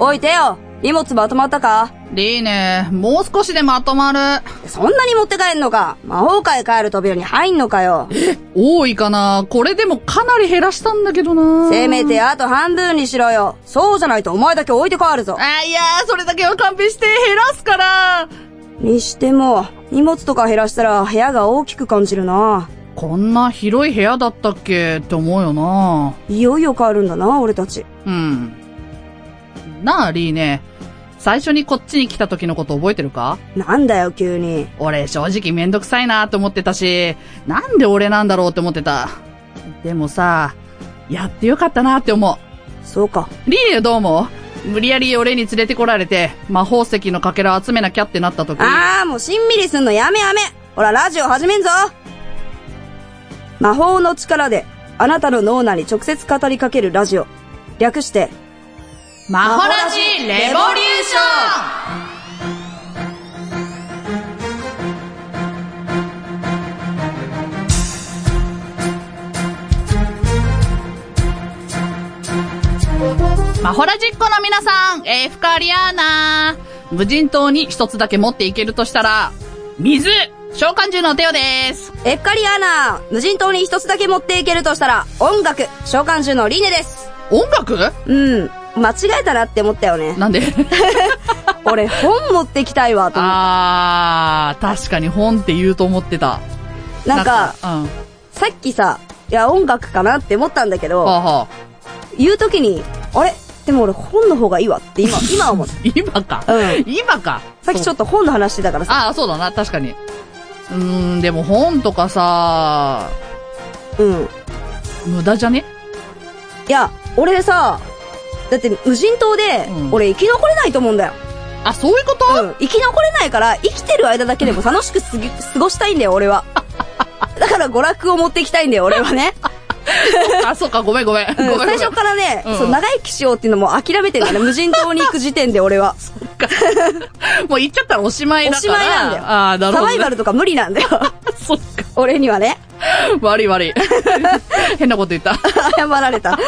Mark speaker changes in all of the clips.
Speaker 1: おいてよ荷物まとまったか
Speaker 2: リーネ、もう少しでまとまる。
Speaker 1: そんなに持って帰んのか魔法界帰る扉に入んのかよ
Speaker 2: 多いかなこれでもかなり減らしたんだけどな
Speaker 1: せめてあと半分にしろよそうじゃないとお前だけ置いて帰るぞ
Speaker 2: あ、いやー、それだけは勘弁して、減らすから。
Speaker 1: にしても、荷物とか減らしたら部屋が大きく感じるな
Speaker 2: こんな広い部屋だったっけって思うよない
Speaker 1: よいよ帰るんだな、俺たち。
Speaker 2: うん。なあ、リーネ。最初にこっちに来た時のこと覚えてるか
Speaker 1: なんだよ、急に。
Speaker 2: 俺正直めんどくさいなって思ってたし、なんで俺なんだろうって思ってた。でもさ、やってよかったなって思
Speaker 1: そうか。
Speaker 2: う。リーネどう思う無理やり俺に連れてこられて、魔法石のかけら集めなきゃってなった時。
Speaker 1: あー、もうしんみりすんのやめやめほら、ラジオ始めんぞ魔法の力で、あなたの脳内に直接語りかけるラジオ。略して、
Speaker 2: マ
Speaker 1: ホラジレボリューシ
Speaker 2: ョンマホラジっ子の皆さん、エフカリアーナ無人島に一つだけ持っていけるとしたら、水召喚獣のテオです
Speaker 1: エッカリアーナ無人島に一つだけ持っていけるとしたら、音楽、召喚獣のリネです。
Speaker 2: 音楽
Speaker 1: うん。間違えたなって思ったよ ね。
Speaker 2: なんで
Speaker 1: 俺、本持ってきたいわ、と思っ
Speaker 2: あー、確かに本って言うと思ってた。
Speaker 1: て。なんか、、
Speaker 2: うん。は
Speaker 1: さっきさ、いや、音楽かなって思ったんだけ
Speaker 2: あ、
Speaker 1: ど、
Speaker 2: はあ、
Speaker 1: 言うときに、あれでも俺本の方がいいわって今、今思った。
Speaker 2: 今か。
Speaker 1: うん
Speaker 2: 今か。
Speaker 1: さっきちょ
Speaker 2: っと。
Speaker 1: っと本の話してたからさ。
Speaker 2: ああ、そうだな、確かに。うーん、でも本とかさ、
Speaker 1: うん。い
Speaker 2: 無駄じゃね
Speaker 1: や、俺さ、だって無人島で
Speaker 2: う、ん
Speaker 1: 俺生き残れないと思うんだよ。
Speaker 2: あ、そういうこと、
Speaker 1: うん。生き残れないから、生きてる間だけでも楽しくすぎ過ごしたいんだよ、俺 は。だから娯楽を持っていきたいんだよ、俺はね。
Speaker 2: あ、そうか、ごめんごめ ん。ご
Speaker 1: う
Speaker 2: めん
Speaker 1: ん
Speaker 2: ごめん。
Speaker 1: 最初からね、
Speaker 2: うん
Speaker 1: そう、長生きしようっていうのも諦めてる から、無人島に行く時点で俺は。
Speaker 2: もう行っちゃったらおしまい
Speaker 1: お
Speaker 2: だか
Speaker 1: し
Speaker 2: ら。
Speaker 1: まいなんだよ。
Speaker 2: ああ、なるほ
Speaker 1: サ
Speaker 2: ど、
Speaker 1: バイバ
Speaker 2: ル。
Speaker 1: ルとか無理なん だよ。
Speaker 2: そっか。
Speaker 1: 俺にはね。
Speaker 2: 悪い悪 い。変なこと言った。さ
Speaker 1: 謝ら れた。
Speaker 2: て、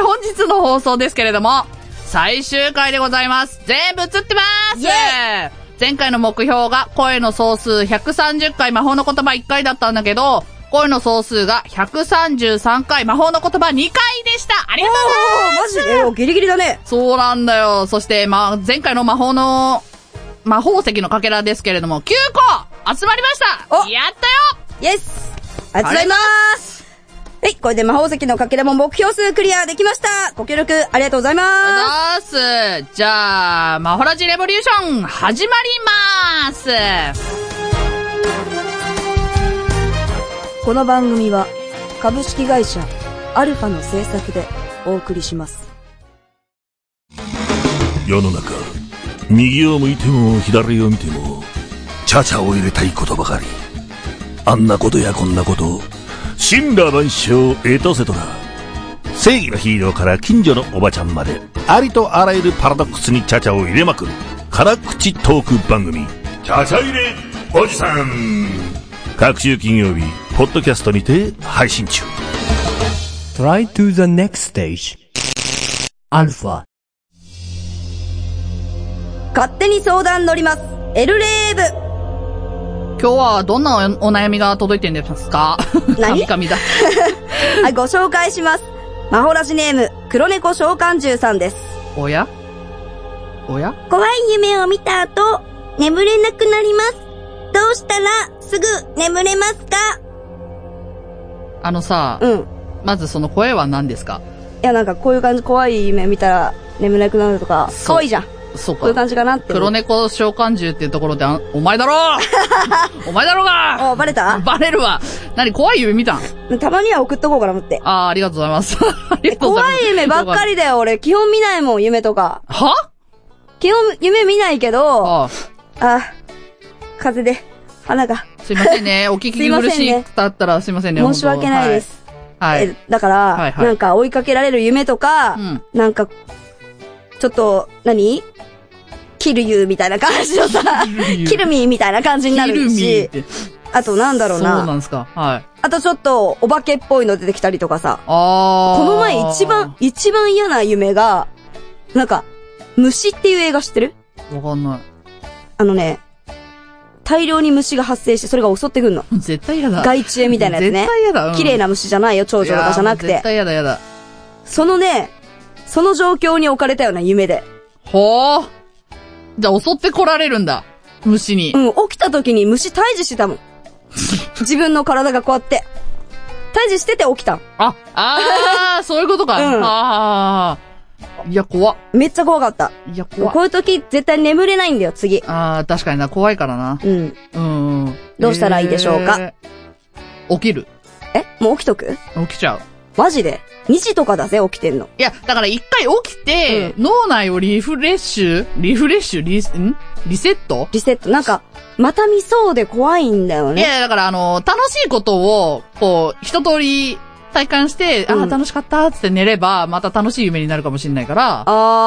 Speaker 2: 本日の放送ですけれども、最終回でございます。全部映ってます
Speaker 1: イエ
Speaker 2: 前回の目標が声の総数130回魔法の言葉1回だったんだけど、声の総数が133回魔法の言葉2回でしたありがとうございま
Speaker 1: お
Speaker 2: す
Speaker 1: ーマジでおギリギリだね。
Speaker 2: そうなんだよ。そして、まあ、前回の魔法の、魔法石のかけらですけれども、9個集まりました
Speaker 1: お
Speaker 2: やったよ
Speaker 1: イエスありがとうございますはい、これで魔法石のかけらも目標数クリアできましたご協力ありがとうございま
Speaker 2: あざーすじゃあ、マホラジレボリューション、始まります
Speaker 1: すこの番組は、株式会社、アルファの制作でお送りします。
Speaker 3: 世の中右を向いても左を見てもチャチャを入れたいことばかりあんなことやこんなこと神羅万象エトセトラ正義のヒーローから近所のおばちゃんまでありとあらゆるパラドックスにチャチャを入れまくる辛口トーク番組チャチャ入れおじさん各週金曜日ポッドキャストにて配信中
Speaker 4: Try to the next stage. Alpha.
Speaker 1: 勝手に相談乗ります。エルレ ー
Speaker 2: 今日はどんなおお悩みが届いてんですか
Speaker 1: 何
Speaker 2: 神々だ。
Speaker 1: ブはい、ご紹介します。魔法ラジネーム、黒猫召喚獣さんです。
Speaker 2: おやおや
Speaker 1: 怖い夢を見た後、眠れなくなります。どうしたら、すぐ眠れますか
Speaker 2: あのさ、
Speaker 1: うん。
Speaker 2: まずその声は何ですか
Speaker 1: いや、なんかこういう感じ、怖い夢見たら眠れなくなるとか、
Speaker 2: そう
Speaker 1: 可愛いじゃん。
Speaker 2: そうか。
Speaker 1: こういう感じかなって。
Speaker 2: 黒。猫召喚獣っていうところで、あお 前だろお前だろう
Speaker 1: あ、
Speaker 2: が
Speaker 1: バレた
Speaker 2: バレるわ何怖い夢見たん
Speaker 1: たまには送っとこうかな思って。
Speaker 2: あーありがとうございます。 ありがとうご
Speaker 1: 怖
Speaker 2: ざいます。
Speaker 1: い夢ばっか
Speaker 2: り。
Speaker 1: りだよ、俺。基本見ないもん、夢とか。
Speaker 2: は
Speaker 1: 基本、夢見ないけど、あ
Speaker 2: ああ
Speaker 1: 風で、鼻が、
Speaker 2: すいませ んね。お聞き苦しいだったらすいませんね。
Speaker 1: 申し訳ないです。
Speaker 2: はい。はい。
Speaker 1: えだから、
Speaker 2: はいはい
Speaker 1: なんか追いかけられる夢とか、
Speaker 2: うん
Speaker 1: なんか、ちょっと、何キルユーみたいな感じのさ、キルミーみたいな感じにな
Speaker 2: キル
Speaker 1: る
Speaker 2: ミーっ
Speaker 1: し、
Speaker 2: て。
Speaker 1: あとなんだろ
Speaker 2: そうう
Speaker 1: な。
Speaker 2: なんですか。はい。
Speaker 1: あとちょっとお化けっぽいの出てきたりとかさ。
Speaker 2: あー
Speaker 1: この前一番、。一番嫌な夢が、なんか、虫っていう映画知ってる
Speaker 2: わかんない。
Speaker 1: あのね、大量に虫が発生してそれが襲ってくんの。
Speaker 2: 絶対嫌だ。
Speaker 1: 害虫みたいなやつね
Speaker 2: 絶。対嫌だ。うん
Speaker 1: 綺麗な虫じゃないよ、蝶々とかじゃなく
Speaker 2: いやーも
Speaker 1: て
Speaker 2: う絶。対嫌だ嫌だ。
Speaker 1: そのね、その状況に置かれたような夢で。
Speaker 2: ほー。じゃあ襲って来られるんだ。虫に
Speaker 1: う。ん、起きた時に虫退治して たもん。自分の体がこうやって。退治してて起きたん。
Speaker 2: あ、あー、そういうことか。
Speaker 1: うん
Speaker 2: あー。いや、怖っ。
Speaker 1: めっちゃ怖かった。
Speaker 2: いや、怖っ
Speaker 1: こ。ういう時絶対眠れないんだよ、次。
Speaker 2: あー、確かにな、怖いからな。
Speaker 1: うん。
Speaker 2: うんうん。
Speaker 1: どうしたらいいでしょうか
Speaker 2: えー。起きる。
Speaker 1: えもう起きとく
Speaker 2: 起きちゃう。
Speaker 1: マジで ?2 時とかだぜ、起きてんの。
Speaker 2: いや、だから一回起きて、脳内をリフレッシュリフレッシュリス、んリセット
Speaker 1: リセット。なんか、また見そうで怖いんだよ
Speaker 2: い
Speaker 1: ね。
Speaker 2: や、だからあの、楽しいことを、こう、一通り体感して、あ
Speaker 1: う
Speaker 2: あ、
Speaker 1: ん
Speaker 2: 楽しかったっつって寝れば、また楽しい夢になるかもしれないから、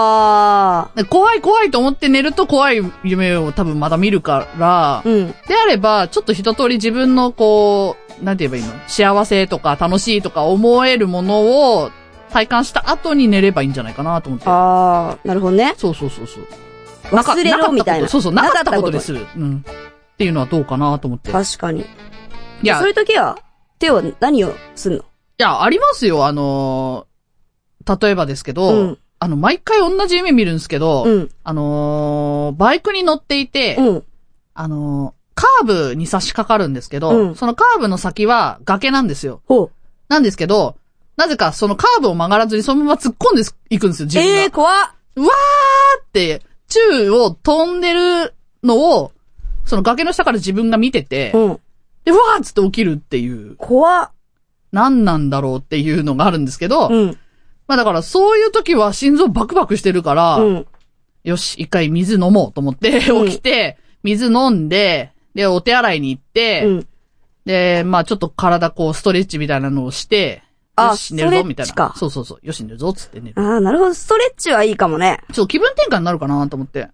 Speaker 1: あ
Speaker 2: で怖い怖いと思って寝ると怖い夢を多分まだ見るから
Speaker 1: ー。、うん。
Speaker 2: であれば、ちょっと一通り自分のこう、なんて言えばいいの幸せとか楽しいとか思えるものを体感した後に寝ればいいんじゃないかなと思って。
Speaker 1: あー。なるほどね。
Speaker 2: そうそうそうそう。なか
Speaker 1: 忘れろみたい
Speaker 2: か
Speaker 1: な。
Speaker 2: ったことそうそう、なかったこと
Speaker 1: に
Speaker 2: でする。うん。っていうのはどうかなと思って。い
Speaker 1: 確かに。
Speaker 2: や、
Speaker 1: そうい
Speaker 2: いう
Speaker 1: 時は、手は何をすんの
Speaker 2: や、ありますよ、あのー例えばですけど、
Speaker 1: うん
Speaker 2: あの、毎回同じ夢見るんですけど、
Speaker 1: うん。
Speaker 2: あのーバイクに乗っていて、
Speaker 1: うん。
Speaker 2: あのーカーブに差し掛かるんですけど、
Speaker 1: うん
Speaker 2: そのカーブの先は崖なんですよ。
Speaker 1: ほう。
Speaker 2: なんですけど、なぜかそのカーブを曲がらずにそのまま突っ込んでいくんですよ、自分が。
Speaker 1: ええー、怖っ。
Speaker 2: うわーって、宙を飛んでるのを、その崖の下から自分が見てて、
Speaker 1: うん。
Speaker 2: で、うわーっつって起きるっていう、
Speaker 1: 怖っ。
Speaker 2: 何なんだろうっていうのがあるんですけど、
Speaker 1: うん。
Speaker 2: まあだからそういう時は心臓バクバクしてるから、
Speaker 1: うん。
Speaker 2: よし、一回水飲もうと思って、
Speaker 1: うん
Speaker 2: 起きて、水飲んで、で、お手洗いに行って、
Speaker 1: うん。
Speaker 2: で、まあちょっと体こうストレッチみたいなのをして、
Speaker 1: あ
Speaker 2: よし、寝るぞ、みたい
Speaker 1: ストレッチ
Speaker 2: な
Speaker 1: か。
Speaker 2: そうそうそう。よし、寝るぞ、っつって寝る。
Speaker 1: ああ、なるほど。ストレッチはいいかもね。
Speaker 2: ちょっと気分転換になるかなと思って、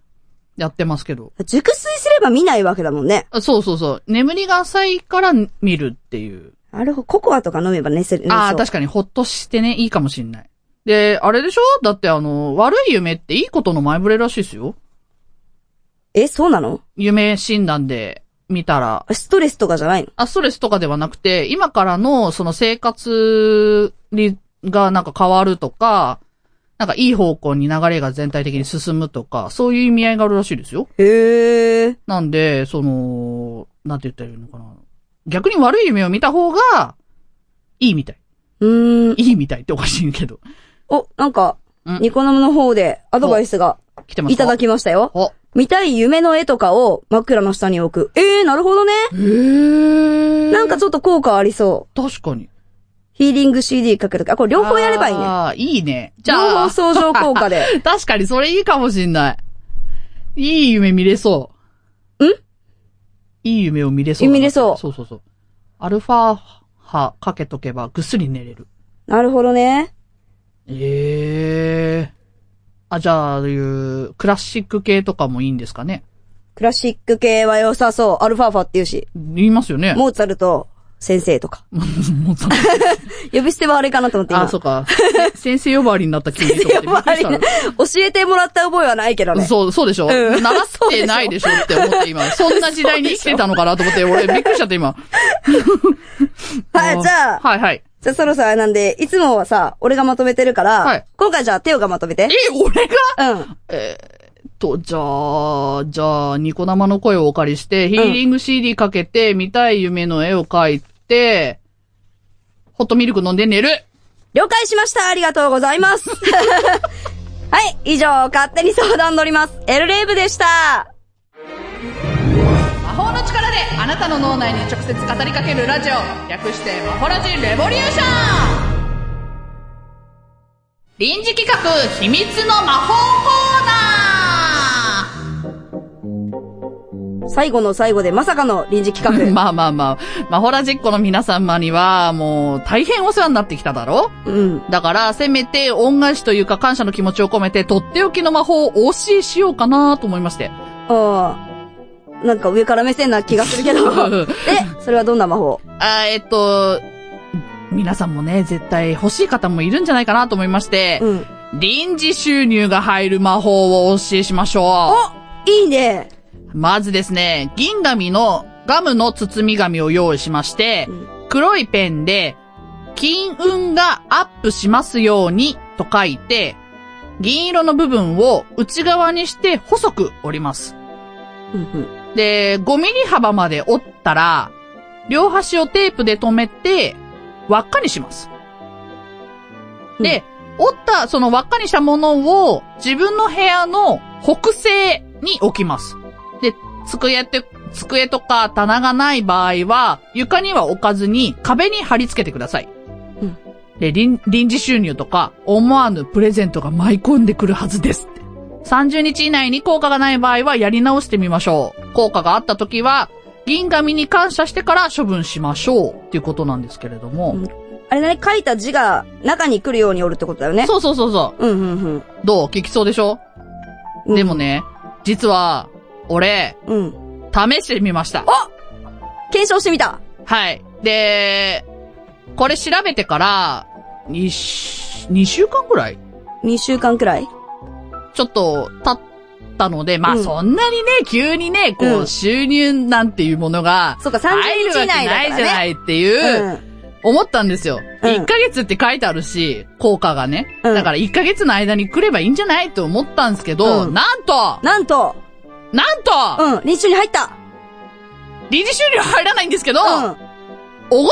Speaker 2: やってますけど。
Speaker 1: 熟睡すれば見ないわけだもんね。
Speaker 2: あそうそうそう。眠りが浅いから見るっていう。
Speaker 1: あれ、ココアとか飲めば寝せる。寝
Speaker 2: ああ、
Speaker 1: そう
Speaker 2: 確かにほっとしてね、いいかもしんない。で、あれでしょだってあの、悪い夢っていいことの前触れらしいですよ。
Speaker 1: え、そうなの
Speaker 2: 夢診断で見たら。
Speaker 1: あストレスとかじゃないの
Speaker 2: あ、ストレスとかではなくて、今からのその生活にがなんか変わるとか、なんかいい方向に流れが全体的に進むとか、そういう意味合いがあるらしいですよ。
Speaker 1: へえ。
Speaker 2: なんで、その、なんて言ったらいいのかな。逆に悪い夢を見た方が、いいみたい。
Speaker 1: うーん。
Speaker 2: いいみたいっておかしいけど。
Speaker 1: お、なんか
Speaker 2: うん、
Speaker 1: ニコ生の方でアドバイスが
Speaker 2: 来てます
Speaker 1: いただ
Speaker 2: き。
Speaker 1: きましたよ。
Speaker 2: お。
Speaker 1: 見たい夢の絵とかを枕の下に置く。ええー、なるほどね。
Speaker 2: へー
Speaker 1: なんか、ちょっと効果ありそう。
Speaker 2: 確かに。
Speaker 1: ヒーリング CD かけとか。あ、これ両方やればいいね。
Speaker 2: ああ、いいね。じ
Speaker 1: 両
Speaker 2: ゃ
Speaker 1: 方、
Speaker 2: あ
Speaker 1: 相乗効果 で。
Speaker 2: 確かにそれいいかもしんない。いい夢見れそう。
Speaker 1: ん
Speaker 2: いい夢を見れそうだな。
Speaker 1: 見れそう
Speaker 2: そうそうそう。アルファ波かけとけばぐっすり寝れる。
Speaker 1: なるほどね。
Speaker 2: ええあ、じゃあ、ああいう、クラシック系とかもいいんですかね。
Speaker 1: クラシック系は良さそう。アルファーファっていうし。
Speaker 2: 言いますよね。
Speaker 1: モーツァルト先生 とか。
Speaker 2: もうさ
Speaker 1: 呼び捨てはあれかなと思って今。
Speaker 2: あ、そ うか。せ先生呼ばわりになった気にと思ってびっくりした
Speaker 1: 呼ばわ教えてもらった覚えはないけどね。
Speaker 2: そう、そうで しょ、
Speaker 1: うん
Speaker 2: 習ってないでしょって思って今。そんな時代に生きてたのかなと思って、俺びっくりしちゃって今。
Speaker 1: はい、じゃあ、
Speaker 2: はいはい。
Speaker 1: じゃあそろそろあれなんで、いつもはさ、俺がまとめてるから、
Speaker 2: はい
Speaker 1: 今回じゃあ、テオがまとめて
Speaker 2: え。、俺が
Speaker 1: うん。
Speaker 2: と、じゃあ、じゃあ、ニコ生の声をお借りして、ヒーリング CD かけて、見たい夢の絵を描いて、ホットミルク飲んで寝る
Speaker 1: 了解しました。ありがとうございます。 はい、以上、勝手に相談乗ります。エルレイブでした。
Speaker 2: 魔法の力であなたの脳内に直接語りかけるラジオ略してマホラジレボリューション臨時企画秘密の魔法コ
Speaker 1: 最後の最後でまさかの臨時企
Speaker 2: ーナ
Speaker 1: 画。
Speaker 2: ー まあまあまあ、マホラジっ子の皆様には、もう、大変お世話になってきただろ
Speaker 1: うん。
Speaker 2: だから、せめて、恩返しというか感謝の気 持ちを込めて、とっておきの魔法をお教えしようかなと思いまして。
Speaker 1: ああ。なんか上から目線な気がするけど。 で、それはどんな魔法
Speaker 2: あーえっと、皆さんもね、絶対欲しい方もいるんじゃないかなと思いまして、
Speaker 1: うん。
Speaker 2: 臨時収入が入る魔法をお教えしましょ
Speaker 1: おいいね
Speaker 2: う。まずですね、銀紙のガムの包み紙を用意しまして、
Speaker 1: うん
Speaker 2: 黒いペンで、金運がアップしますようにと書いて、銀色の部分を内側にして細く折ります。
Speaker 1: うんうん。
Speaker 2: で、5ミリ幅まで折ったら、両端をテープで留めて、輪っかにします。で、折った、その輪っかにしたものを、自分の部屋の北西に置きます。で、机って、机とか棚がない場合は、床には置かずに壁に貼り付けてください。
Speaker 1: うん
Speaker 2: で、臨臨時収入とか、思わぬプレゼントが舞い込んでくるはずです。30日以内に効果がない場合はやり直してみましょう。効果があった時は、銀紙に感謝してから処分しましょうっていうことなんですけれども。
Speaker 1: うんあれだね、書いた字が中に来るように折るってことだよね。
Speaker 2: そうそうそうそ
Speaker 1: う
Speaker 2: う。
Speaker 1: んうんうん
Speaker 2: どう聞きそうでしょ、
Speaker 1: うん。
Speaker 2: でも。ね、実は、俺、
Speaker 1: うん。
Speaker 2: 試してみました。
Speaker 1: 検証してみた。
Speaker 2: はい。で、これ調べてから、にし、2週間ぐらい
Speaker 1: 2週間くらい
Speaker 2: ちょっと経ったので、まあ
Speaker 1: うん
Speaker 2: そんなにね、急にね、こ
Speaker 1: うん
Speaker 2: う、収入なんていうものが、
Speaker 1: そうか30
Speaker 2: 入るわけないじゃないっていう、
Speaker 1: うん。
Speaker 2: 思ったんですよ。
Speaker 1: うん
Speaker 2: 1ヶ月って書いてあるし、効果がね。
Speaker 1: うん
Speaker 2: だから1ヶ月の間に来ればいいんじゃないと思ったんですけど、
Speaker 1: うん
Speaker 2: なんと
Speaker 1: なんと、
Speaker 2: なん
Speaker 1: う
Speaker 2: と、
Speaker 1: ん、臨終に入った。
Speaker 2: 臨時収入入らないんですけど、
Speaker 1: うん。
Speaker 2: おごっ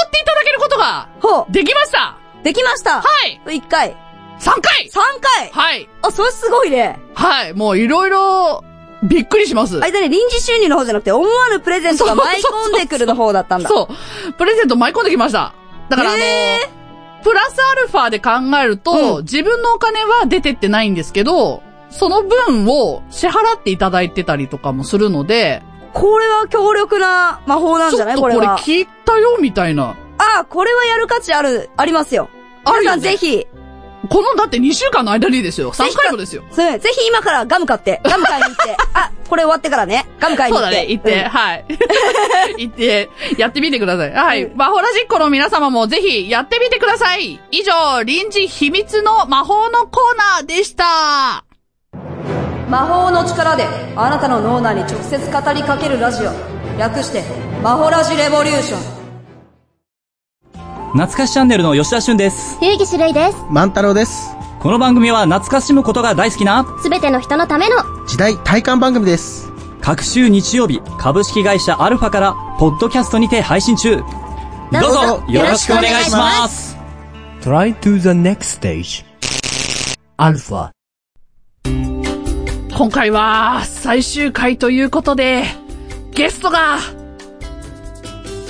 Speaker 2: ていただけることが、
Speaker 1: ほ
Speaker 2: できました
Speaker 1: う、できました。
Speaker 2: はい
Speaker 1: い。1回、
Speaker 2: !3 回
Speaker 1: 3回。
Speaker 2: はい
Speaker 1: あ、それすごいね。
Speaker 2: はいもういろいろ、びっくりします
Speaker 1: あ。れだね、臨時収入の方じゃなくて、思わぬプレゼントが舞い込んでくるの方だったんだ。
Speaker 2: そう。プレゼント舞い込んできました。だからあのー
Speaker 1: へ
Speaker 2: プラスアルファで考えると、
Speaker 1: うん
Speaker 2: 自分のお金は出てってないんですけど、その分を支払っていただいてたりとかもするので、
Speaker 1: これは強力な魔法なん
Speaker 2: ち
Speaker 1: じ
Speaker 2: ょ
Speaker 1: ゃな
Speaker 2: っ
Speaker 1: い
Speaker 2: と
Speaker 1: こ
Speaker 2: こ
Speaker 1: れ
Speaker 2: れ
Speaker 1: は。
Speaker 2: 聞いたよ、みたいな。
Speaker 1: ああ、これはやる価値ある、ありますよ。
Speaker 2: ある
Speaker 1: 皆
Speaker 2: よ、
Speaker 1: さん
Speaker 2: ね。
Speaker 1: ぜ。ひ、
Speaker 2: この、だって2週間の間にですよ。3回もですよ。
Speaker 1: そうぜひ今からガム買って、ガム買いに行 って。あ、これ終わってからね、ガム買いに
Speaker 2: そう
Speaker 1: 行っ
Speaker 2: だ
Speaker 1: て。
Speaker 2: ね、行って、 はい。行って、やってみてください。はい。魔法ラジッコの皆様もぜひやってみてください。以上、臨時秘密の魔法のコーナーでした。
Speaker 1: うん魔法の力で、あなたの脳内に直接語りかけるラジオ。略して、魔法ラジレボリューション。
Speaker 5: 懐かしチャンネルの吉田俊です。
Speaker 6: 冬木種類です。
Speaker 7: 万太郎です。
Speaker 5: この番組は懐かしむことが大好きな、
Speaker 6: すべての人のための、
Speaker 7: 時代体感番組です。
Speaker 5: 各週日曜日、株式会社アルファから、ポッドキャストにて配信中。どうぞ、よろしくお願いします。
Speaker 4: Try to the next stage. Alpha.
Speaker 2: 今回は最終回ということで、ゲストが、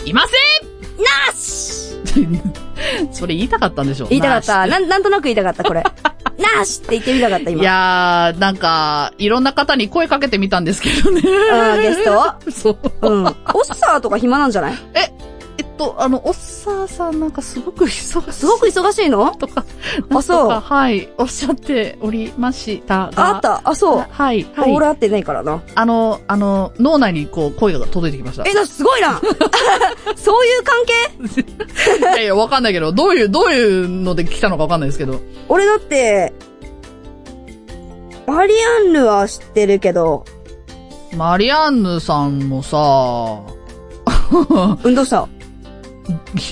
Speaker 2: いませんなしそれ言いたかったんでしょ
Speaker 1: 言いたかった。
Speaker 2: な
Speaker 1: な
Speaker 2: し
Speaker 1: ん、なんとなく言いたかった、これ。なーしって言ってみたかった、今。
Speaker 2: いやー、なんか、いろんな方に声かけてみたんですけどね。
Speaker 1: うんゲスト
Speaker 2: そう。
Speaker 1: うん。オッサーとか暇なんじゃない
Speaker 2: えっと、あの、おっさーさんなんかすごく忙しい。
Speaker 1: すごく忙しいの
Speaker 2: とか、
Speaker 1: あそう
Speaker 2: なんとかはい、おっしゃっておりましたが。
Speaker 1: あった、あ、そう。
Speaker 2: はい、は
Speaker 1: 俺
Speaker 2: い。
Speaker 1: 会ってないからな。
Speaker 2: あの、あの、脳内にこう、声が届いてきました。
Speaker 1: え、な、すごいな そういう関係
Speaker 2: いやいや、わかんないけど、どういう、どういうので来たのかわかんないですけど。
Speaker 1: 俺だって、マリアンヌは知ってるけど、
Speaker 2: マリアンヌさんもさ、
Speaker 1: うん、どうした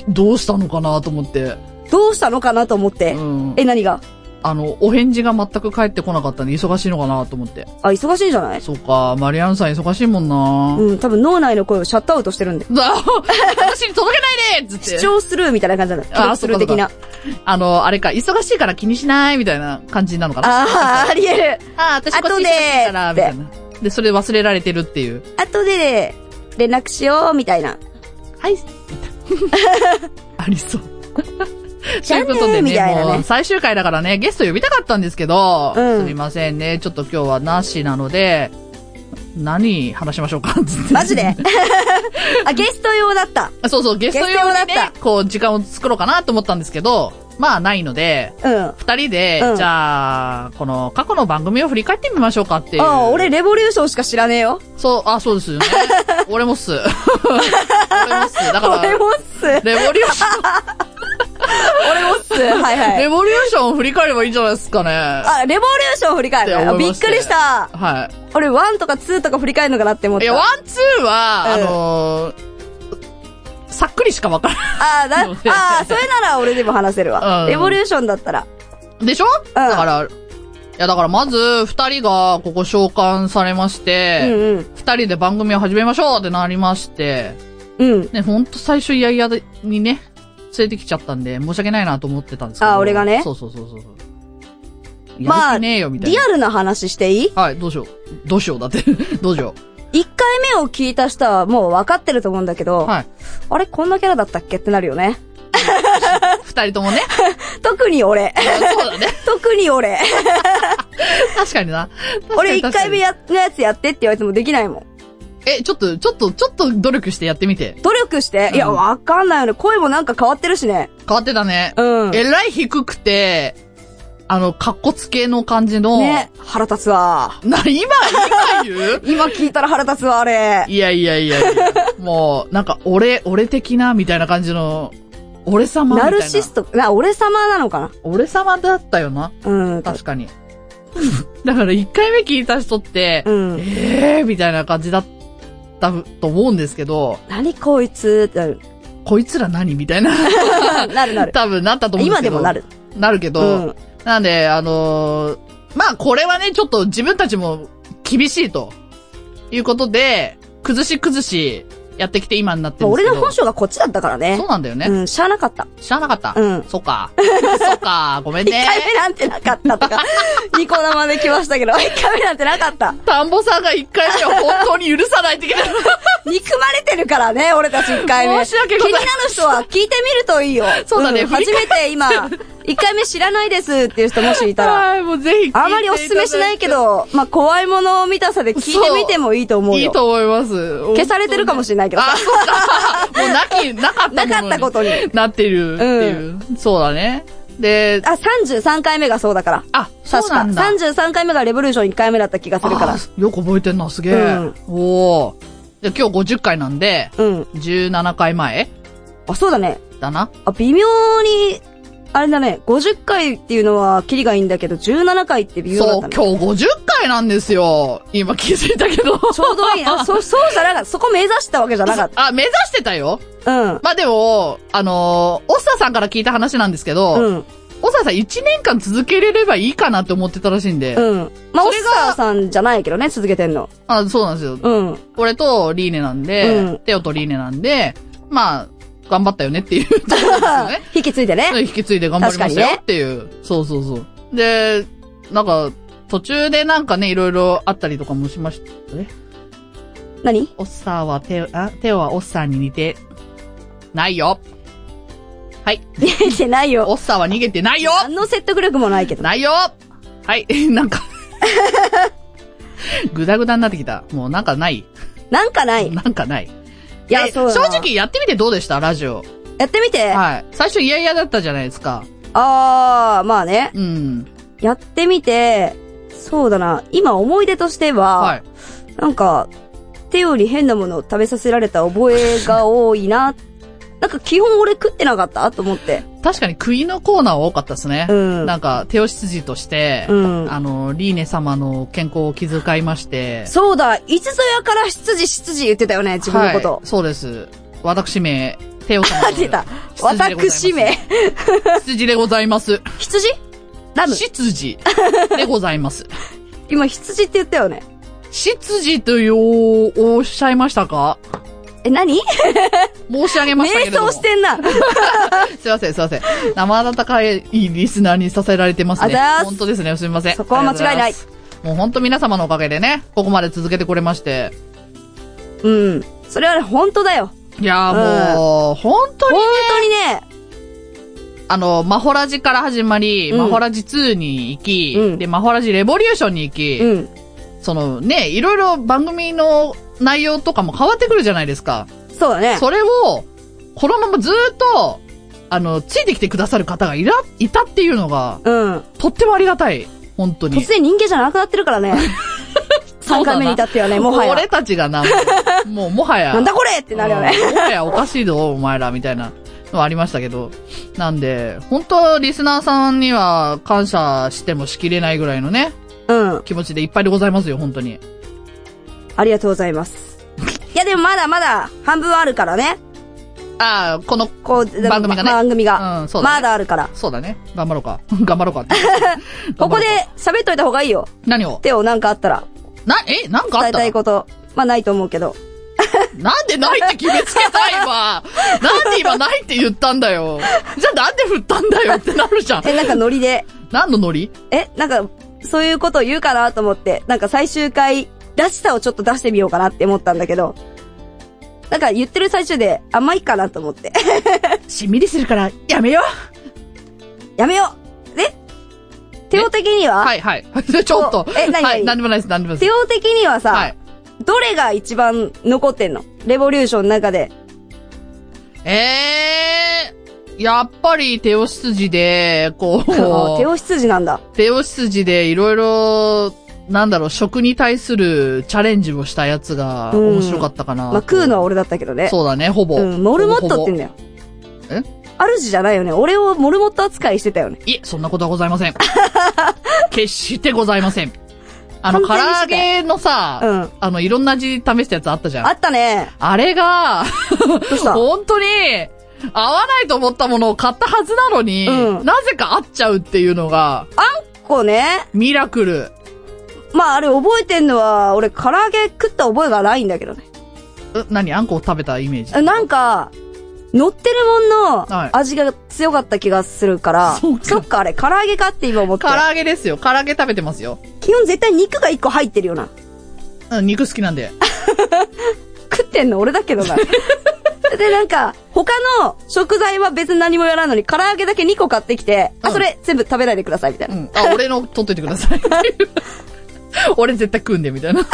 Speaker 2: どうしたのかなと思って。
Speaker 1: どうしたのかなと思って。
Speaker 2: うん。
Speaker 1: え、何が
Speaker 2: あの、お返事が全く返ってこなかったんで、忙しいのかなと思って。
Speaker 1: あ、忙しいんじゃない
Speaker 2: そうか、マリアンヌさん忙しいもんな。
Speaker 1: うん、多分脳内の声をシャットアウトしてるんで。
Speaker 2: だ 私に届けないでっつって。
Speaker 1: 視聴スルーみたいな感じなんだ。
Speaker 2: あ
Speaker 1: 視聴スルー的な。
Speaker 2: あの、あれか、忙しいから気にしないみたいな感じなのかな。
Speaker 1: あー、ありえる。
Speaker 2: あー、私こっち忙しいから、みたいな。で、それ忘れられてるっていう。
Speaker 1: 後で、連絡しよう、みたいな。
Speaker 2: はい。 ありそう。
Speaker 1: じ
Speaker 2: と
Speaker 1: ゃ
Speaker 2: い
Speaker 1: あね
Speaker 2: うことで
Speaker 1: みたい
Speaker 2: ね、
Speaker 1: なね
Speaker 2: もう最終回だからね、ゲスト呼びたかったんですけど、
Speaker 1: うん
Speaker 2: すみませんね、ちょっと今日はなしなので、何話しましょうかつって。
Speaker 1: マジ であ、ゲスト用だった。
Speaker 2: そうそう、ゲスト用に
Speaker 1: ゲスト用だ
Speaker 2: ね
Speaker 1: っ、
Speaker 2: こう、時間を作ろうかなと思ったんですけど、まあないので、
Speaker 1: うん。あ
Speaker 2: 二人で、
Speaker 1: うん
Speaker 2: じゃあ、この過去の番組を振り返ってみましょうかっていう。
Speaker 1: あ、俺、レボリューションしか知らねえよ。
Speaker 2: そう、あ、そうです よね。俺もっす。俺もっす。だから、
Speaker 1: 俺
Speaker 2: レ
Speaker 1: もっす。俺
Speaker 2: ボリュー ション、
Speaker 1: もっす。はいは
Speaker 2: レ
Speaker 1: い。
Speaker 2: ボリューションを振り返ればいいんじゃないですかね。は
Speaker 1: あ、レボリューション振り返る。
Speaker 2: って
Speaker 1: あ
Speaker 2: 思い
Speaker 1: びっ
Speaker 2: まして
Speaker 1: くりした。
Speaker 2: い。
Speaker 1: 俺、1とか2とか振り返るのかなって思っ
Speaker 2: い
Speaker 1: た。
Speaker 2: や、ワン、ツーは、
Speaker 1: うん
Speaker 2: あのー、さっくりしかわから
Speaker 1: ああ、だ、
Speaker 2: ので
Speaker 1: ああ、それなら俺でも話せるわ。
Speaker 2: うん
Speaker 1: レボリューションだったら。
Speaker 2: ん。でしょ、だから、いや、だからまず、二人がここ召喚されまし
Speaker 1: うん
Speaker 2: て、
Speaker 1: うん。
Speaker 2: 二、人で番組を始めましょうってなりまして、
Speaker 1: うん。
Speaker 2: ね、ほんと最初嫌々にね、連れてきちゃったんで、申し訳ないなと思ってたんですけど。
Speaker 1: あ俺がね
Speaker 2: そうそうそうそう。
Speaker 1: まあ
Speaker 2: やる気ねえよ、みたい
Speaker 1: リ
Speaker 2: な。
Speaker 1: アルな話していい
Speaker 2: はい、どうしよう。どうしよう、だって。 どうしよ
Speaker 1: ?1 回目を聞いた人はもう分かってると思うんだけ
Speaker 2: う。
Speaker 1: ど、
Speaker 2: はい。
Speaker 1: あれ、こんなキャラだったっけってなるよね。
Speaker 2: 二人 ともね。
Speaker 1: 特に俺。
Speaker 2: そうだね。
Speaker 1: 特に俺。
Speaker 2: 確かにな。
Speaker 1: 俺1
Speaker 2: 一
Speaker 1: 回目や、のやつやってって言われてもできないもん。
Speaker 2: え、ちょっと、ちょっと、ちょっと努力してやってみて。
Speaker 1: 努力して、いや、
Speaker 2: うん
Speaker 1: わかんないよね。声もなんか変わってるしね。
Speaker 2: 変わってたね。
Speaker 1: うん。
Speaker 2: えらい低くて、あの、かっこつけの感じの。
Speaker 1: ね。腹立つわ。
Speaker 2: な、今、今 言う
Speaker 1: 今聞いたら腹立つわ、あれ。
Speaker 2: いやいやいやいや。もう、なんか、俺、俺的な、みたいな感じの、俺様みた
Speaker 1: ナ
Speaker 2: いな。
Speaker 1: ルシスト、な、俺様なのか
Speaker 2: 俺様だったよな。
Speaker 1: なうん。
Speaker 2: 確 かに。だから、一回目聞いた人って、
Speaker 1: うん。
Speaker 2: えー、みたいな感じだったと思うんですけど、
Speaker 1: 何こいつってな る。
Speaker 2: こいつら何みた いな。
Speaker 1: なるなる。
Speaker 2: 多分なったと思うんで
Speaker 1: 今
Speaker 2: すけ
Speaker 1: で
Speaker 2: ど。
Speaker 1: もな。る。
Speaker 2: なるけ
Speaker 1: う
Speaker 2: ど、
Speaker 1: ん。
Speaker 2: なんで、あのーまあ、これはね、ちょっと自分たちも厳しいと、いうことで、崩し崩しやってきて今になって
Speaker 1: ま
Speaker 2: る
Speaker 1: あ
Speaker 2: んで
Speaker 1: 俺
Speaker 2: すけど。
Speaker 1: の本性がこっちだったからね
Speaker 2: そう。なんだよね。
Speaker 1: うん、知らなかった。
Speaker 2: 知らなかった。
Speaker 1: うん
Speaker 2: そっか。そっか。ごめん
Speaker 1: 一
Speaker 2: ね。
Speaker 1: 回目なんてなかった とか、ニコ生で来ましたけど、一回目なんてなかった。
Speaker 2: 田んぼさんが一回目は本当に許さないといけない。
Speaker 1: 憎まれてるからね、俺たち一回目。
Speaker 2: 申し訳
Speaker 1: 気
Speaker 2: ござ
Speaker 1: に
Speaker 2: い
Speaker 1: な
Speaker 2: ませ
Speaker 1: る
Speaker 2: ん
Speaker 1: 人は聞いてみるといい よ。
Speaker 2: そうだね
Speaker 1: ん初めて今、一回目知らないですっていう人もしいたら。
Speaker 2: はい、もうぜひ。
Speaker 1: あまりお勧めしないけ。ど、まあ、怖いものを見たさで聞いてみてもいいと思うよ。
Speaker 2: いいと思います。
Speaker 1: 消されてるかもしれないけどさ
Speaker 2: あ、そうか。もうなき、なかったものに
Speaker 1: なかったことに。
Speaker 2: なってるっていう。そうだね。で、
Speaker 1: あ、33回目がそうだから。
Speaker 2: あ、そう
Speaker 1: 確か。
Speaker 2: なんだ。
Speaker 1: 33回目がレボリューション1回目だった気がするから
Speaker 2: あ。よく覚えてんな、すげえ。
Speaker 1: うん
Speaker 2: おー。じゃあ今日50回なんで、
Speaker 1: うん。
Speaker 2: 17回前
Speaker 1: あ、そうだね。
Speaker 2: だな。
Speaker 1: あ、微妙に、あれだね、50回っていうのはキリがいいんだけど、17回って微妙だ
Speaker 2: そ
Speaker 1: った
Speaker 2: う、今
Speaker 1: ね
Speaker 2: 日。50回なんですよ。今気づいたけど。
Speaker 1: ちょうどいい な。そ、そうじゃなかった。そこ目指してたわけじゃなかっ
Speaker 2: あ、目指してたよ。
Speaker 1: た。うん。
Speaker 2: まあ、でも、あのー、オッサさんから聞いた話なんですけど、
Speaker 1: うん。
Speaker 2: オッサさん1年間続けれればいいかなって思ってたらしいんで、
Speaker 1: うん。まあ、オ
Speaker 2: そ
Speaker 1: ッ
Speaker 2: れが
Speaker 1: サーさんじゃないけどね、続けてんの。
Speaker 2: あそうなんですよ。
Speaker 1: うん。
Speaker 2: 俺とリーネなんで、
Speaker 1: うん
Speaker 2: テオとリーネなんで、まあ、頑張ったよねっ ていうところですよね。
Speaker 1: 引き継いでね。
Speaker 2: 引き継いで頑張りましたよ
Speaker 1: 確かにね
Speaker 2: っていう。そうそうそう。で、なんか、途中でなんかね、いろいろあったりとかもしましたね。
Speaker 1: 何
Speaker 2: オッサーはテオ、あ、テオはオッサーに似て、ないよ。はい。
Speaker 1: 逃げてないよ。
Speaker 2: オッサーは逃げてないよ
Speaker 1: 何の説得力もないけど。
Speaker 2: ないよはい、 な んか。ぐだぐだになってきた。もうなんかない。
Speaker 1: なんかない。い
Speaker 2: なんかない。
Speaker 1: や、
Speaker 2: え
Speaker 1: そうだ
Speaker 2: 正
Speaker 1: な。
Speaker 2: 直やってみてどうでしたラジオ。
Speaker 1: やってみて。
Speaker 2: はい。最初嫌々だったじゃないですか。
Speaker 1: あー、まあね。
Speaker 2: うん。
Speaker 1: やってみて、そうだな。今思い出としては、
Speaker 2: はい。
Speaker 1: なんか、テオに変なものを食べさせられた覚えが多いな。なんか基本俺食ってなかったと思って。
Speaker 2: 確かに食いのコーナーは多かったですね。
Speaker 1: うん
Speaker 2: なんか、手を羊として、
Speaker 1: うん
Speaker 2: あの、リーネ様の健康を気遣いまして、
Speaker 1: そうだ、いつぞやから執事執事言ってたよね、自分のこと
Speaker 2: はい。そうです。私名、テオ様の。
Speaker 1: あ、出た。
Speaker 2: 羊でございます
Speaker 1: 私名。
Speaker 2: 羊でござい
Speaker 1: 羊
Speaker 2: ます。
Speaker 1: ラム。
Speaker 2: 執事でございます。
Speaker 1: 今、羊って言ったよね。
Speaker 2: 執事というおおっしゃいましたか
Speaker 1: え、何
Speaker 2: 申し上げましたけ
Speaker 1: 瞑
Speaker 2: れども。
Speaker 1: 想してん な。
Speaker 2: すいません、すいません。生温かいリスナーに支えられてます
Speaker 1: あ
Speaker 2: ね
Speaker 1: ざー。す
Speaker 2: 本当ですね、すみません。
Speaker 1: そこは間違いない
Speaker 2: ありがとうござます。もう本当皆様のおかげでね、ここまで続けてこれまして。
Speaker 1: うん。それはね本当だよ。
Speaker 2: いやーもう、本当に
Speaker 1: 本、当にね、
Speaker 2: あの、マホラジから始まり、
Speaker 1: うん
Speaker 2: マホラジ2に行き、
Speaker 1: うん
Speaker 2: で、マホラジレボリューションに行き、
Speaker 1: うん。
Speaker 2: そのね、いろいろ番組の内容とかも変わってくるじゃないですか。
Speaker 1: そうだね。
Speaker 2: それを、このままずーっと、あの、ついてきてくださる方がいら、いたっていうのが、
Speaker 1: うん。
Speaker 2: とってもありがたい。本当に。
Speaker 1: 突然人間じゃなくなってるから ね。3回目に至ってはね、もはや。
Speaker 2: 俺たちがな、もう、もはや。
Speaker 1: なんだこれってなるよね。
Speaker 2: うんもはやおかしいぞ、お前ら、みたいなのはありましたけど。なんで、本当リスナーさんには感謝してもしきれないぐらいのね、
Speaker 1: うん。
Speaker 2: 気持ちでいっぱいでございますよ、本当に。
Speaker 1: ありがとうございます。いやでもまだまだ半分あるからね。
Speaker 2: ああ、この、
Speaker 1: こう、でも
Speaker 2: 番組がね
Speaker 1: 番組が。
Speaker 2: うんそうだね
Speaker 1: まだあるから。
Speaker 2: そうだね。頑張ろうか。 頑張ろうかって。
Speaker 1: ここで
Speaker 2: 頑張ろうか
Speaker 1: 喋っといた方がいいよ。
Speaker 2: 何を
Speaker 1: テオなんかあったら。
Speaker 2: な、え、なんかあ
Speaker 1: 伝
Speaker 2: っ
Speaker 1: えた
Speaker 2: た
Speaker 1: いこと。まあないと思うけ ど。
Speaker 2: なんでないって決めつけた 今。なんで今ないって言ったんだよ。じゃあなんで振ったんだよってなるじゃん。
Speaker 1: え、なんかノリで。
Speaker 2: 何のノリ
Speaker 1: え、なんか、そういうことを言うかなと思って、なんか最終回らしさをちょっと出してみようかなって思ったんだけど。なんか言ってる最中で、あ、まあいいかなと思って。
Speaker 2: しんみりするから、やめよ
Speaker 1: やめようねテオ的に
Speaker 2: う
Speaker 1: は、
Speaker 2: はいはい。 ちょっと。
Speaker 1: え何何
Speaker 2: はい、何でもないです、何でもないで
Speaker 1: テ
Speaker 2: す。
Speaker 1: オ的にはさ、
Speaker 2: はい。
Speaker 1: どれが一番残ってんのレボリューションの中で。
Speaker 2: えー、やっぱり手押し筋で、こ
Speaker 1: あテ
Speaker 2: う、
Speaker 1: オ羊なんだ。
Speaker 2: 手押し筋でいろいろ、なんだろう、食に対するチャレンジをしたやつが
Speaker 1: うん
Speaker 2: 面白かったかな。
Speaker 1: まあ、食うのは俺だったけどね。
Speaker 2: そうだね、ほぼ。
Speaker 1: うん、モルモットって言うん
Speaker 2: だ
Speaker 1: だよ。
Speaker 2: え
Speaker 1: 主じゃないよね。俺をモルモット扱いしてたよね。
Speaker 2: いえ、そんなことはございません。 決してございません。あの、唐
Speaker 1: 完全に
Speaker 2: 揚
Speaker 1: して
Speaker 2: げのさ、
Speaker 1: うん
Speaker 2: あの、いろんな味試したやつあったじゃん。
Speaker 1: あ
Speaker 2: あ
Speaker 1: ったね。
Speaker 2: れが、
Speaker 1: どうした
Speaker 2: 本当に、合わないと思ったものを買ったはずなのに、
Speaker 1: うん
Speaker 2: なぜか合っちゃうっていうのが、
Speaker 1: こうね。
Speaker 2: ミラクル。
Speaker 1: まあ、あれ覚えてんのは、俺唐揚げ食った覚えがないんだけどね。
Speaker 2: う何あんこを食べたイメージ。
Speaker 1: なんか、乗ってるもん
Speaker 2: はい
Speaker 1: の味が強かった気がするから、
Speaker 2: そうか
Speaker 1: そっか、あれ、唐揚げかって今思って
Speaker 2: 唐。揚げですよ。唐揚げ食べてますよ。
Speaker 1: 基本絶対肉が一個入ってるよな。
Speaker 2: うん、肉好きなんで。
Speaker 1: 食ってんの俺だけど な。で、なんか、他の食材は別に何もやらんのに、唐揚げだけ2個買ってきて、
Speaker 2: う
Speaker 1: あ、
Speaker 2: ん
Speaker 1: それ全部食べないでください、みたいうな。
Speaker 2: ん。 あ、俺の取っといてください。 俺絶対食うんで、みたいな。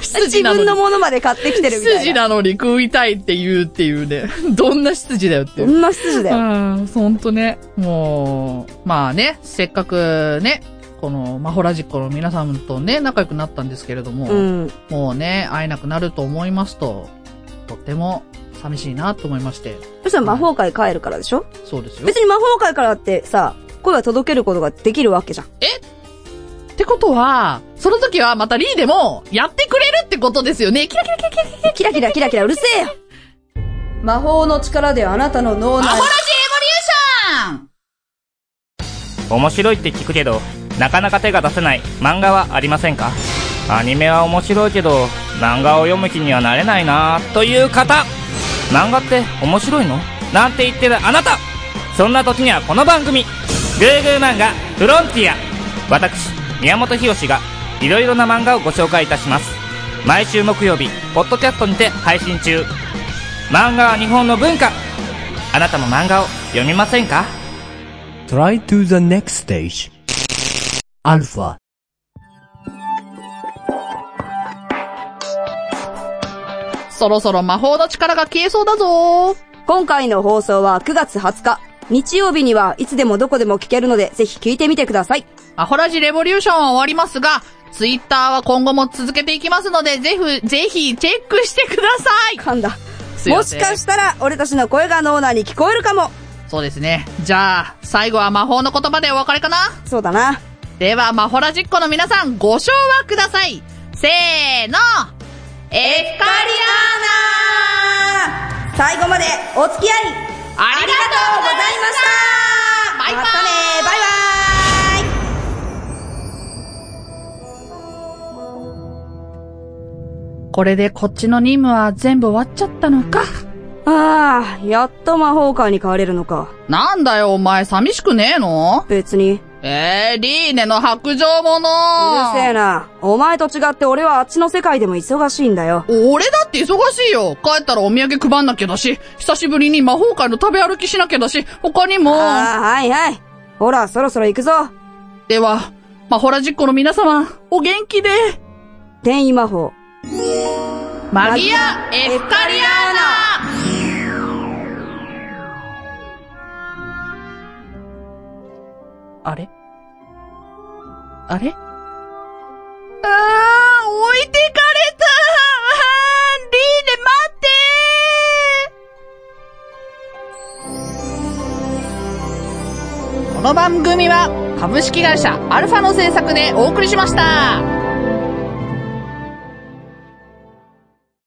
Speaker 1: 自
Speaker 2: 羊なの
Speaker 1: 分
Speaker 2: に
Speaker 1: の。ものまで買ってきてるみた
Speaker 2: 羊
Speaker 1: いな。
Speaker 2: なのに食いたいって言うっていうね。どんな羊だよってい
Speaker 1: こ
Speaker 2: う。
Speaker 1: んな羊だよ。
Speaker 2: うん、ほんとね。もう、まあね、せっかくね、この、マホラジッコの皆さんとね、仲良くなったんですけれども、
Speaker 1: うん。
Speaker 2: もうね、会えなくなると思いますと、とっても寂しいなと思いまして、
Speaker 1: そしたら魔法界帰るからでしょ
Speaker 2: そうですよ。
Speaker 1: 別に魔法界からだってさ、声が届けることができるわけ じゃん。
Speaker 2: ってことは、その時はまたリーでも、やってくれるってことですよね。キラキラキラキラキラ
Speaker 1: キラキラキラキラうるせえよ魔法の力であなたの脳内。
Speaker 6: 面白いって聞くけどなかなか手が出せない漫画はありませんかアニメは面白いけど漫画を読む気にはなれないなという方漫画って面白いのなんて言ってるあなたそんな時にはこの番組「グーグー漫画フロンティア」私宮本浩がいろいろな漫画をご紹介いたします毎週木曜日ポッドキャストにて配信中漫画は日本の文化あなたも漫画を読みませんか
Speaker 4: Try to the next stage. Alpha.
Speaker 2: そろそろ魔法の力が消えそうだぞー。
Speaker 1: 今回の放送は9月20日。日曜日にはいつでもどこでも聞けるので、ぜひ聞いてみてください。
Speaker 2: アホラジレボリューションは終わりますが、ツイッターは今後も続けていきますので、ぜひ、ぜひチェックしてください
Speaker 1: 噛んだ。
Speaker 2: すい
Speaker 1: も
Speaker 2: ませ
Speaker 1: し
Speaker 2: ん
Speaker 1: かしたら、俺たちの声が脳内に聞こえるかも。
Speaker 2: そうですね。じゃあ、最後は魔法の言葉でお別れかな
Speaker 1: そうだな。
Speaker 2: では、魔法ラジっ子の皆さん、ご唱和くださいせーのエスカリアーナ
Speaker 1: 最後までお付き合い
Speaker 2: あ
Speaker 1: あり
Speaker 2: り
Speaker 1: がとうございました
Speaker 2: がとうございましたバイバイ
Speaker 1: またねバイバイ
Speaker 2: これでこっちの任務は全部終わっちゃったのか。
Speaker 1: ああ、やっと魔法界に帰れるのか。
Speaker 2: なんだよ、お前、寂しくねえの
Speaker 1: 別に。うる
Speaker 2: えー、リーネの白状者う
Speaker 1: せえな。お前と違って俺はあっちの世界でも忙しいんだよ。
Speaker 2: 俺だって忙しいよ。帰ったらお土産配んなきゃだし、久しぶりに魔法界の食べ歩きしなきゃだし、他にも。
Speaker 1: ああ、はいはい。ほら、そろそろ行くぞ。
Speaker 2: では、魔法ラジッコの皆様、お元気で。
Speaker 1: 転移魔法。
Speaker 2: マギア・エフカリアーナあれあれあー、置いてかれたあーリーネ待ってこの番組は株式会社アルファの制作でお送りしました。